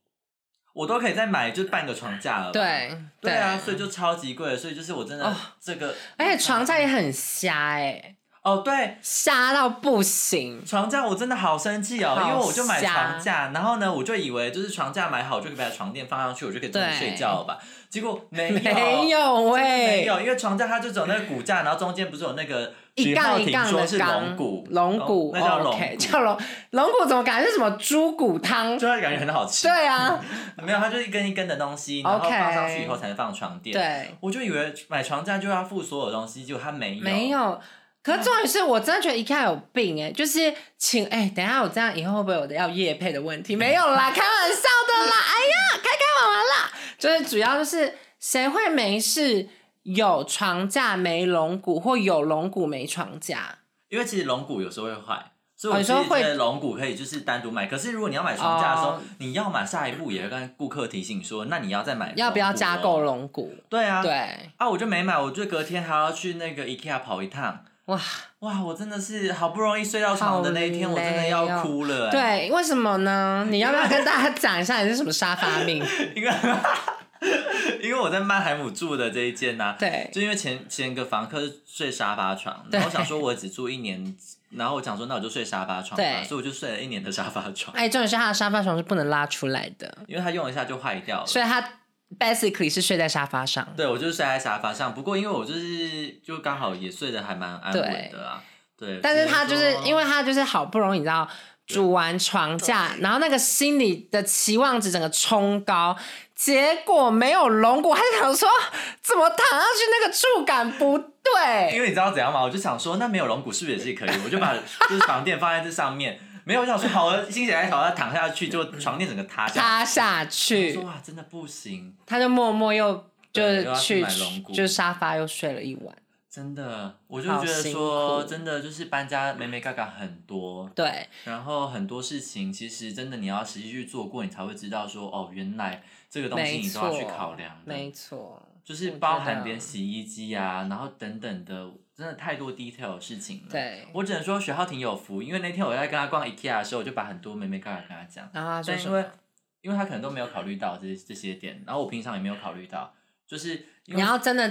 Speaker 1: 我都可以再买，就半个床架了吧。
Speaker 2: 对哦
Speaker 1: 对啊，所以就超级贵，所以就是我真的这个
Speaker 2: 而且床架也很瞎哎、
Speaker 1: 哦，对，
Speaker 2: 瞎到不行。
Speaker 1: 床架我真的好生气哦，因
Speaker 2: 好
Speaker 1: 为我就买
Speaker 2: 瞎
Speaker 1: 床架，然后呢，我就以为就是床架买好就可以把床垫放上去，我就可以准
Speaker 2: 对
Speaker 1: 备睡觉了吧，结果没有。
Speaker 2: 没有
Speaker 1: 没
Speaker 2: 喂、
Speaker 1: 有，因为床架它就只有那个骨架，然后中间不是有那个
Speaker 2: 一
Speaker 1: 徐
Speaker 2: 杠
Speaker 1: 浩
Speaker 2: 一
Speaker 1: 庭
Speaker 2: 杠
Speaker 1: 说
Speaker 2: 的
Speaker 1: 是
Speaker 2: 杠，
Speaker 1: 龙骨，
Speaker 2: 龙骨
Speaker 1: 哦，那叫龙
Speaker 2: o k
Speaker 1: 骨，
Speaker 2: 叫龙龙骨，怎么感觉是什么猪骨汤？
Speaker 1: 就会感觉很好吃。
Speaker 2: 对啊，
Speaker 1: 没有，它就是一根一根的东西，然后
Speaker 2: OK
Speaker 1: 放上去以后才能放床垫。，
Speaker 2: 对，
Speaker 1: 我就以为买床架就要付所有东西，结果它没有。
Speaker 2: 没，有。可是重点是我真的觉得 IKEA 有病哎、就是请哎、等一下我这样以后会不会有的要业配的问题？没有啦，开玩笑的啦，哎呀，开开玩玩啦，就是主要就是谁会没事有床架没龙骨，或有龙骨没床架？
Speaker 1: 因为其实龙骨有时候会坏。所以
Speaker 2: 哦
Speaker 1: 我
Speaker 2: 你
Speaker 1: 其
Speaker 2: 说
Speaker 1: 实觉
Speaker 2: 会
Speaker 1: 得龙骨可以就是单独买，可是如果你要买床架的时候
Speaker 2: 哦
Speaker 1: 你要买下一步也会跟顾客提醒说，那你要再买、哦
Speaker 2: 要不要加购？龙骨？
Speaker 1: 对啊，
Speaker 2: 对，
Speaker 1: 啊，我就没买，我就隔天还要去那个 IKEA 跑一趟，
Speaker 2: 哇，
Speaker 1: 哇，我真的是好不容易睡到床的那一天，
Speaker 2: 好
Speaker 1: 我
Speaker 2: 累哦
Speaker 1: 真的要哭了、欸。
Speaker 2: 对，为什么呢？你要不要跟大家讲一下你是什么沙发命？
Speaker 1: 对，因为因为我在曼海姆住的这一间呢、啊
Speaker 2: 对，
Speaker 1: 就因为前前一个房客是睡沙发床，
Speaker 2: 对
Speaker 1: 然后我想说我只住一年，然后我想说那我就睡沙发床吧，
Speaker 2: 对
Speaker 1: 所以我就睡了一年的沙发床，
Speaker 2: 哎，重点是他的沙发床是不能拉出来的，
Speaker 1: 因为它用一下就坏掉了。
Speaker 2: 所以他 basically 是睡在沙发上。
Speaker 1: 对，我就是睡在沙发上，不过因为我就是就刚好也睡得还蛮安稳的啊。对，
Speaker 2: 但是他就是
Speaker 1: 为
Speaker 2: 因为他就是好不容易，你知道。煮完床架，然后那个心里的期望值整个冲高，结果没有龙骨，他就想说怎么躺上去那个触感不 对，
Speaker 1: 因为你知道怎样吗？我就想说那没有龙骨是不是也是可以？我就 把就是床垫放在这上面，没有我想说好，我心血来潮要躺下去，就床垫整个塌下来。
Speaker 2: 塌下
Speaker 1: 我说
Speaker 2: 去，
Speaker 1: 哇，真的不行，
Speaker 2: 他就默默又就
Speaker 1: 对又要去
Speaker 2: 去
Speaker 1: 买龙骨
Speaker 2: 就沙发又睡了一晚，
Speaker 1: 真的，我就
Speaker 2: 好
Speaker 1: 觉得
Speaker 2: 辛
Speaker 1: 说
Speaker 2: 苦
Speaker 1: 真的就是搬家美美嘎嘎很多，
Speaker 2: 对，
Speaker 1: 然后很多事情其实真的你要实际去做过，你才会知道说哦，原来这个东西
Speaker 2: 没
Speaker 1: 你都要
Speaker 2: 错
Speaker 1: 去考量的。
Speaker 2: 没错，
Speaker 1: 就是
Speaker 2: 我觉
Speaker 1: 包含
Speaker 2: 得
Speaker 1: 连洗衣机啊，然后等等的，真的太多 detail 的事情了。，
Speaker 2: 对，
Speaker 1: 我只能说许浩庭有福，因为那天我在跟他逛 IKEA 的时候，我就把很多妹妹嘎嘎跟他讲，
Speaker 2: 然后他说
Speaker 1: 但
Speaker 2: 什
Speaker 1: 因
Speaker 2: 么啊
Speaker 1: 为？因为他可能都没有考虑到这这些点，然后我平常也没有考虑到，就是因
Speaker 2: 你
Speaker 1: 为
Speaker 2: 要真的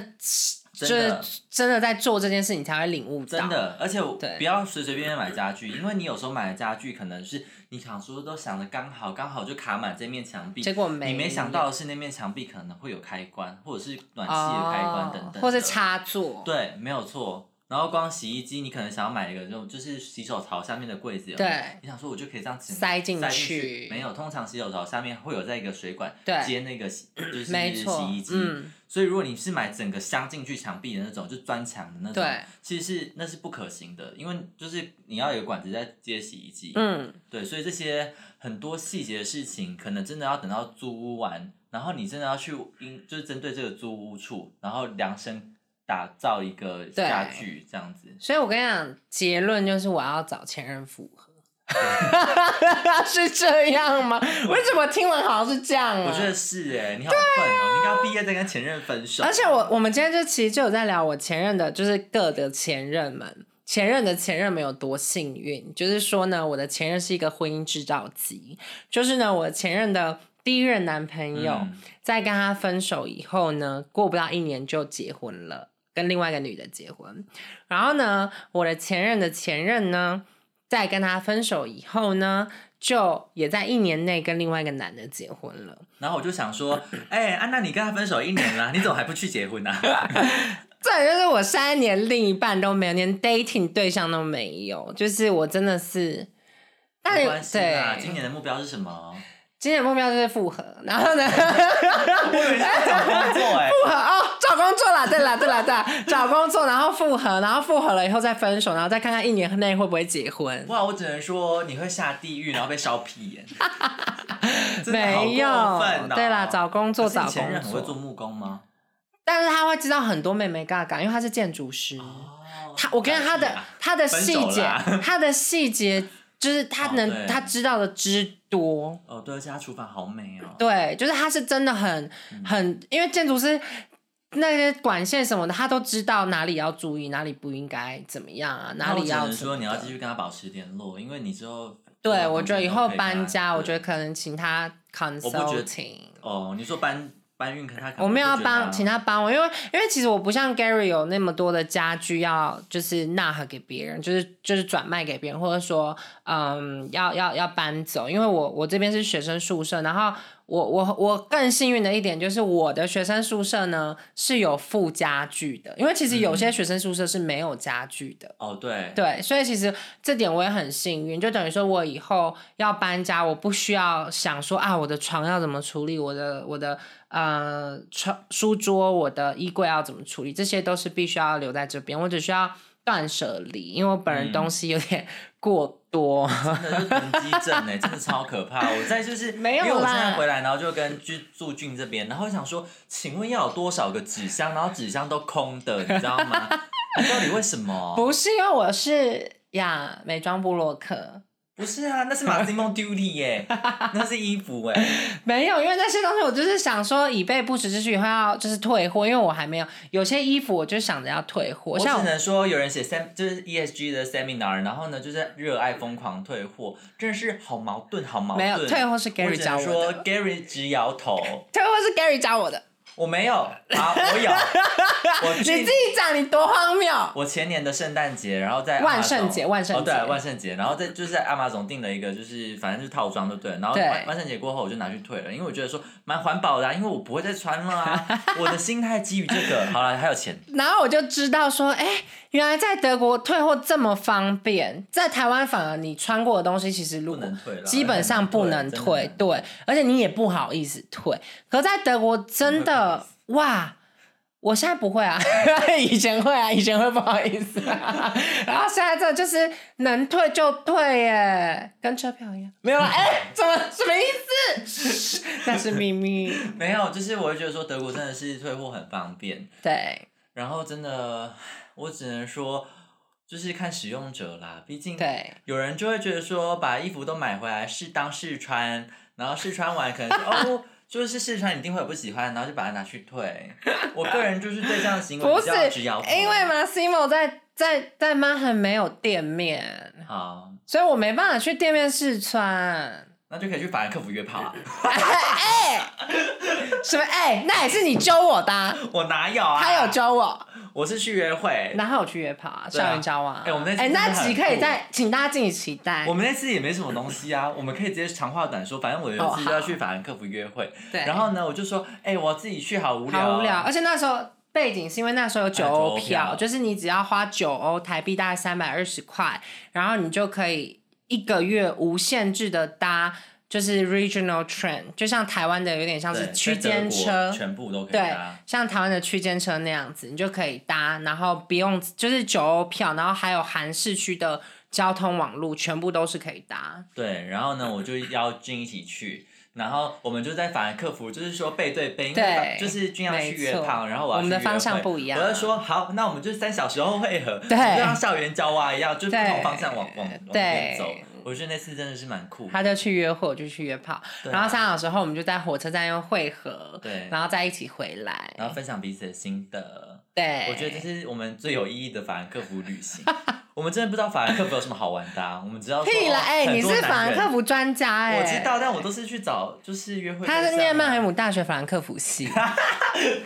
Speaker 2: 就
Speaker 1: 真
Speaker 2: 是
Speaker 1: 的
Speaker 2: 真的在做这件事，你才会领悟到，
Speaker 1: 真的，而且我
Speaker 2: 对
Speaker 1: 不要随随便便买家具，因为你有时候买的家具可能是你想说都想的刚好，刚好就卡满这面墙壁，
Speaker 2: 结果没
Speaker 1: 你没想到
Speaker 2: 有
Speaker 1: 的是那面墙壁可能会有开关，或者是暖气的
Speaker 2: 哦，
Speaker 1: 开关等等的，
Speaker 2: 或是插座，
Speaker 1: 对，没有错。然后光洗衣机，你可能想要买一个这种，就是洗手槽下面的柜子有没有，
Speaker 2: 对
Speaker 1: 你想说我就可以这样子
Speaker 2: 塞进
Speaker 1: 塞
Speaker 2: 去
Speaker 1: 去，没有。通常洗手槽下面会有在一个水管
Speaker 2: 对
Speaker 1: 接那个洗，就是
Speaker 2: 没错
Speaker 1: 洗衣，机。
Speaker 2: 嗯，
Speaker 1: 所以如果你是买整个镶进去墙壁的那种，就砖墙的那种
Speaker 2: 对，
Speaker 1: 其实是那是不可行的，因为就是你要有管子在接洗衣机。
Speaker 2: 嗯，
Speaker 1: 对，所以这些很多细节的事情，可能真的要等到租屋完，然后你真的要去因就是针对这个租屋处，然后量身打造一个家具这样子。
Speaker 2: 所以我跟你讲，结论就是我要找前任复合， 是这样 吗？为什么听完好像是这样啊？
Speaker 1: 我觉得是哎、你好笨哦、你应该要毕业再跟前任分手。
Speaker 2: 而且我我们今天就其实就有在聊我前任的，就是各的前任们，前任的前任们有多幸运。就是说呢，我的前任是一个婚姻制造机，就是呢，我前任的第一任男朋友、
Speaker 1: 嗯
Speaker 2: 在跟他分手以后呢，过不到一年就结婚了，跟另外一个女的结婚。然后呢，我的前任的前任呢，在跟他分手以后呢，就也在一年内跟另外一个男的结婚了。
Speaker 1: 然后我就想说，哎、安娜，你跟他分手一年啦，你怎么还不去结婚 呢、啊？
Speaker 2: 这就是我现在连另一半都没有，连 dating 对象都没有，就是我真的是，但
Speaker 1: 没
Speaker 2: 是
Speaker 1: 关系啦，今
Speaker 2: 对，
Speaker 1: 年的目标是什么？
Speaker 2: 今年目标就是复合，然后呢，
Speaker 1: 我以为是要找工作 哎、
Speaker 2: 复合哦，找工作啦，对啦，对啦，对啦，找工作，然后复合，然后复合了以后再分手，然后再看看一年内会不会结婚。
Speaker 1: 哇，我只能说你会下地狱，然后被烧屁眼。 真的好
Speaker 2: 没有
Speaker 1: 过分哦，
Speaker 2: 对啦，找工作
Speaker 1: 可是
Speaker 2: 找
Speaker 1: 你前
Speaker 2: 工
Speaker 1: 任很会做
Speaker 2: 作，
Speaker 1: 木工吗？
Speaker 2: 但是他会知道很多妹妹嘎嘎，因为他是建筑师。
Speaker 1: 哦
Speaker 2: 他，我跟你讲他的、他的
Speaker 1: 分
Speaker 2: 细
Speaker 1: 手
Speaker 2: 节
Speaker 1: 啦，
Speaker 2: 他的细节就是他
Speaker 1: 哦
Speaker 2: 能、
Speaker 1: 对
Speaker 2: 他知道的之多。
Speaker 1: 哦，对，而且他厨房好美哦。
Speaker 2: 对，就是他是真的很
Speaker 1: 嗯
Speaker 2: 很，因为建筑师那些管线什么的，他都知道哪里要注意，哪里不应该怎么样啊，哪
Speaker 1: 那我
Speaker 2: 里
Speaker 1: 只
Speaker 2: 要
Speaker 1: 能
Speaker 2: 什么
Speaker 1: 说你要
Speaker 2: 的
Speaker 1: 继续跟他保持联络，因为你之后
Speaker 2: 对，我觉得以后搬家，我觉
Speaker 1: 得
Speaker 2: 得可能请他
Speaker 1: 我不觉得
Speaker 2: consulting。
Speaker 1: 哦，你说搬搬运，可他可能
Speaker 2: 我没有
Speaker 1: 会
Speaker 2: 要
Speaker 1: 觉得
Speaker 2: 帮请他帮我，因为因为其实我不像 Gary 有那么多的家具要就是纳和给别人，就是就是转卖给别人，或者说嗯要要要搬走，因为我我这边是学生宿舍，然后我我我更幸运的一点就是我的学生宿舍呢是有附家具的，因为其实有
Speaker 1: 嗯
Speaker 2: 些学生宿舍是没有家具的。
Speaker 1: 哦，对，
Speaker 2: 对，所以其实这点我也很幸运，就等于说我以后要搬家，我不需要想说啊，我的床要怎么处理，我的我的呃床书桌、我的衣柜要怎么处理，这些都是必须要留在这边，我只需要断舍离，因为我
Speaker 1: 嗯
Speaker 2: 本人东西有点 过 多。
Speaker 1: 真的就是囤积症哎，真的超可怕。我在就是
Speaker 2: 没有
Speaker 1: 因为我
Speaker 2: 啦
Speaker 1: 现在回来，然后就跟居住俊这边，然后我想说，请问要有多少个纸箱？然后纸箱都空的，你知道吗？ 到底为什么？
Speaker 2: 不是因为我是呀美妆部落客，
Speaker 1: 不是啊，那是马西梦 duty 耶，那是衣服哎。
Speaker 2: 没有，因为那些东西我就是想说以备不时之需，以后要就是退货，因为我还没有有些衣服我就想着要退货，
Speaker 1: 我只
Speaker 2: 像我
Speaker 1: 能说，有人写 sem 就是 ESG 的 seminar，然后呢，就是热爱疯狂退货，真的是好矛盾，好矛
Speaker 2: 没
Speaker 1: 盾。
Speaker 2: 有退货是 Gary
Speaker 1: 我只能
Speaker 2: 教我
Speaker 1: 说
Speaker 2: 的
Speaker 1: Gary 直摇头，
Speaker 2: 退货是 Gary 教我的。
Speaker 1: 我没有，好，我 有，我
Speaker 2: 你
Speaker 1: 去
Speaker 2: 自己讲，你多荒谬！
Speaker 1: 我前年的圣诞节，然后在
Speaker 2: 万
Speaker 1: Amazon-
Speaker 2: 圣节万圣节
Speaker 1: 哦对，万圣节，然后在就是在阿玛总订了一个，就是反正就是套装就对了，然后
Speaker 2: 对
Speaker 1: 万万圣节过后我就拿去退了，因为我觉得说蛮环保的、啊，因为我不会再穿了 啊，我的心态基于这个，好了，还有钱，
Speaker 2: 然后我就知道说，哎、原来在德国退货这么方便，在台湾反而你穿过的东西其实如
Speaker 1: 不
Speaker 2: 果
Speaker 1: 能退了，哎
Speaker 2: 基本上不能
Speaker 1: 真的很
Speaker 2: 退，
Speaker 1: 难
Speaker 2: 对，而且你也不好意思退。可在德国真的哇，我现在不会啊， 以前会啊，以前会不好意思、啊，然后现在这就是能退就退耶，跟车票一样，没有啦，哎、怎么什么意思？ 那是秘密，
Speaker 1: 没有，就是我会觉得说德国真的是退货很方便，
Speaker 2: 对。
Speaker 1: 然后真的我只能说。就是看使用者啦，毕竟
Speaker 2: 对
Speaker 1: 有人就会觉得说，把衣服都买回来试当试穿，然后试穿完可能就哦， 就是试穿一定会有不喜欢，然后就把它拿去退。我个人就是对这样的行为
Speaker 2: 不
Speaker 1: 比
Speaker 2: 是
Speaker 1: 较直摇头，
Speaker 2: 因为 Massimo 在在在曼恒没有店面，
Speaker 1: 好，
Speaker 2: 所以我没办法去店面试穿。
Speaker 1: 那就可以去法兰克福约炮啊！
Speaker 2: 哎、什么哎、那也是你揪我的啊、
Speaker 1: 我哪有啊？
Speaker 2: 他有揪我，
Speaker 1: 我是去约会。
Speaker 2: 然后我去约炮啊，
Speaker 1: 哎对啊
Speaker 2: 校园交往啊。
Speaker 1: 哎我们那次
Speaker 2: 哎、
Speaker 1: 真的
Speaker 2: 那
Speaker 1: 很
Speaker 2: 集可以
Speaker 1: 酷
Speaker 2: 再请大家敬请期待
Speaker 1: 我。们那次也没什么东西啊，我们可以直接长话短说。反正我有一次就要去法兰克福约会，
Speaker 2: 哦对，
Speaker 1: 然后呢，我就说，哎、我自己去好无聊、
Speaker 2: 好无聊，。而且那时候背景是因为那时候有九
Speaker 1: 啊九
Speaker 2: 欧
Speaker 1: 欧
Speaker 2: 票，
Speaker 1: 票
Speaker 2: 就是你只要花九欧台币大概三百二十块，然后你就可以一个月无限制的搭，就是 regional train，就像台湾的有点像
Speaker 1: 对
Speaker 2: 是区
Speaker 1: 在德
Speaker 2: 间
Speaker 1: 国
Speaker 2: 车。
Speaker 1: 全部都可以
Speaker 2: 对
Speaker 1: 搭。，
Speaker 2: 像台湾的区间车那样子，你就可以搭，然后不用就是九欧票，然后还有韩市区的交通网路，全部都是可以搭。
Speaker 1: 对，然后呢，我就邀君一起去，然后我们就在法兰克福，就是说背对背，因为
Speaker 2: 对
Speaker 1: 就是君要去约
Speaker 2: 没错
Speaker 1: 炮，然后我要
Speaker 2: 我们的
Speaker 1: 去约
Speaker 2: 方向
Speaker 1: 会
Speaker 2: 不一样
Speaker 1: 我就说好，那我们就三小时后会合，
Speaker 2: 对
Speaker 1: 就像校园交蛙一样，就不
Speaker 2: 对
Speaker 1: 同方向往往往前
Speaker 2: 对
Speaker 1: 走。我觉得那次真的是蛮酷，
Speaker 2: 他就去约会，我就去约炮，
Speaker 1: 对啊
Speaker 2: 然后三小时后我们就在火车站又汇合，
Speaker 1: 对
Speaker 2: 然后再一起回来，
Speaker 1: 然后分享彼此的心得。
Speaker 2: 对，
Speaker 1: 我觉得这是我们最有意义的法兰克福旅 行。我们真的不知道法兰克福有什么好玩的、啊，我们知道说
Speaker 2: 屁啦，
Speaker 1: 哦
Speaker 2: 哎、
Speaker 1: 很
Speaker 2: 你
Speaker 1: 多
Speaker 2: 是
Speaker 1: 男
Speaker 2: 法兰
Speaker 1: 人
Speaker 2: 克福专家哎、
Speaker 1: 我知道，但我都是去找就是约会对象
Speaker 2: 他
Speaker 1: 啊。
Speaker 2: 是念曼海姆大学法兰克 福系，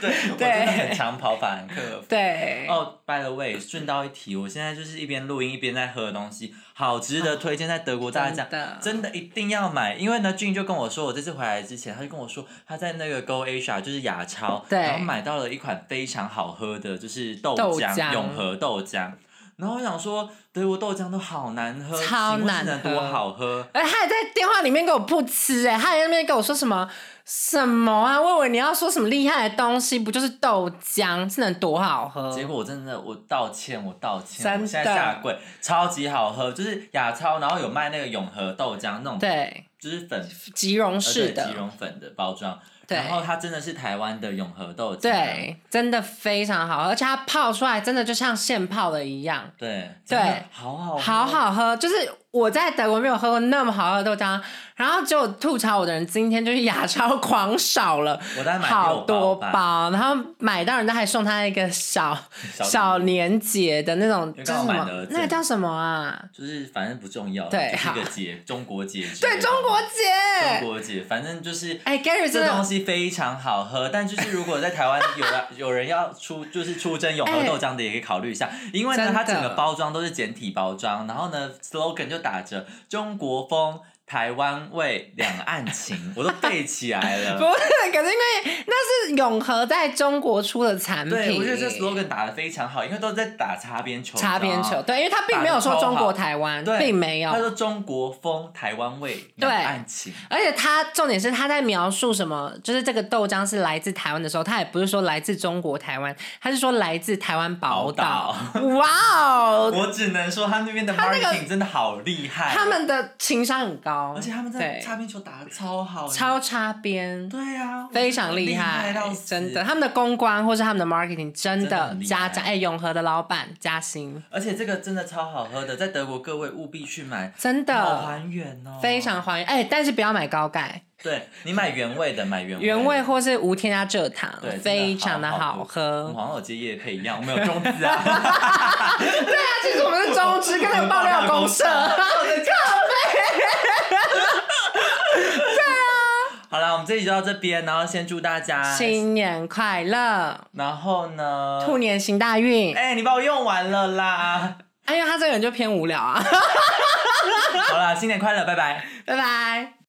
Speaker 1: 对，我真的很常跑法兰克福。
Speaker 2: 对，
Speaker 1: 哦、b y the way，顺道一提，我现在就是一边录音一边在喝东西，好值得推荐，在德国大家
Speaker 2: 哦真的
Speaker 1: 真的一定要买，因为呢，俊就跟我说，我这次回来之前，他就跟我说他在那个 Go Asia 就是亚超，
Speaker 2: 对
Speaker 1: 然后买到了一款非常好喝的，就是豆
Speaker 2: 豆
Speaker 1: 浆
Speaker 2: 浆
Speaker 1: 永和豆浆。然后我想说，德国豆浆都好难喝，
Speaker 2: 超
Speaker 1: 请问是
Speaker 2: 难
Speaker 1: 能多
Speaker 2: 喝
Speaker 1: 好喝。
Speaker 2: 哎、他还在电话里面给我不吃哎、他还在那边跟我说什么什么啊？问我你要说什么厉害的东西，不就是豆浆，是能多好喝？
Speaker 1: 结果我真的，我道歉，我道歉，
Speaker 2: 真的
Speaker 1: 我现在下跪，超级好喝，就是亚超，然后有卖那个永和豆浆那种，
Speaker 2: 对，
Speaker 1: 就是粉
Speaker 2: 吉荣
Speaker 1: 呃
Speaker 2: 式
Speaker 1: 对即
Speaker 2: 的，
Speaker 1: 溶粉的包装，
Speaker 2: 对
Speaker 1: 然后它真的是台湾的永和豆浆，
Speaker 2: 对，真的非常好，而且它泡出来真的就像现泡的一样。
Speaker 1: 对真
Speaker 2: 对
Speaker 1: 的好好喝哦
Speaker 2: 好，好喝，就是我在德国没有喝过那么好喝的豆浆，然后就吐槽我的人今天就是亚超狂少了，
Speaker 1: 我大概买
Speaker 2: 好
Speaker 1: 六
Speaker 2: 多
Speaker 1: 吧
Speaker 2: 包，然后买到人家还送他一个小
Speaker 1: 小礼物
Speaker 2: 年节的那种，
Speaker 1: 为
Speaker 2: 就是
Speaker 1: 刚好买
Speaker 2: 什么
Speaker 1: 的
Speaker 2: 那个
Speaker 1: 赠
Speaker 2: 叫什么啊？
Speaker 1: 就是反正不重要，
Speaker 2: 对
Speaker 1: 就是一个
Speaker 2: 好
Speaker 1: 节，中国节之类
Speaker 2: 对，
Speaker 1: 的，
Speaker 2: 中国
Speaker 1: 中
Speaker 2: 节。
Speaker 1: 国节，反正就是
Speaker 2: 哎，Gary 真
Speaker 1: 这东
Speaker 2: 的，
Speaker 1: 西非常好喝，但就是如果在台湾有人 有人要出就是出征永和
Speaker 2: 哎
Speaker 1: 豆浆的，也可以考虑一下，因为呢
Speaker 2: 真的
Speaker 1: 它整个包装都是简体包装，然后呢 slogan 就打着中国风。台湾味，两岸情，我都背起来
Speaker 2: 不
Speaker 1: 了。
Speaker 2: 是，可是因为那是永和在中国出的产品。
Speaker 1: 对，我觉得这 slogan 打的非常好，因为都在打擦边球。
Speaker 2: 擦边
Speaker 1: 你知道
Speaker 2: 球，
Speaker 1: 吗，
Speaker 2: 对，因为他并没有说中国台湾，
Speaker 1: 对，
Speaker 2: 并没有
Speaker 1: 他，说中国风，台湾味，两岸情。
Speaker 2: 而且他重点是他在描述什么，就是这个豆浆是来自台湾的时候，他也不是说来自中国台湾，他是说来自台湾宝岛。哇哦，
Speaker 1: 我只能说他那边的
Speaker 2: 他那个
Speaker 1: marketing 真的好厉害，
Speaker 2: 他们的情商很高，
Speaker 1: 而且他们在
Speaker 2: 对
Speaker 1: 擦边球打的超好，
Speaker 2: 超擦边，
Speaker 1: 对啊，
Speaker 2: 非常厉
Speaker 1: 害
Speaker 2: 害
Speaker 1: 到，死
Speaker 2: 真的，。他们的公关或是他们的 marketing 真
Speaker 1: 真的
Speaker 2: 的
Speaker 1: 很厉害
Speaker 2: 加加哎，永和的老板加薪，
Speaker 1: 而且这个真的超好喝的，在德国各位务必去买，
Speaker 2: 真
Speaker 1: 好
Speaker 2: 的
Speaker 1: 还原哦，
Speaker 2: 非常还原，哎，但是不要买高钙。
Speaker 1: 对你买原味的，买原味
Speaker 2: 原味或是无添加蔗糖
Speaker 1: 对，
Speaker 2: 非常的好
Speaker 1: 我们
Speaker 2: 喝。
Speaker 1: 好像有接叶配一样，我们有中资啊，
Speaker 2: 那其实 我们是中职跟那个爆料 公社，
Speaker 1: 好啦，我们这集就到这边，然后先祝大家，
Speaker 2: 新年快乐，
Speaker 1: 然后呢，
Speaker 2: 兔年行大运。
Speaker 1: 哎、你把我用完了 啦，
Speaker 2: 哎呦，他这个人就偏无聊啊，
Speaker 1: 好啦，新年快乐，拜拜。
Speaker 2: 拜拜。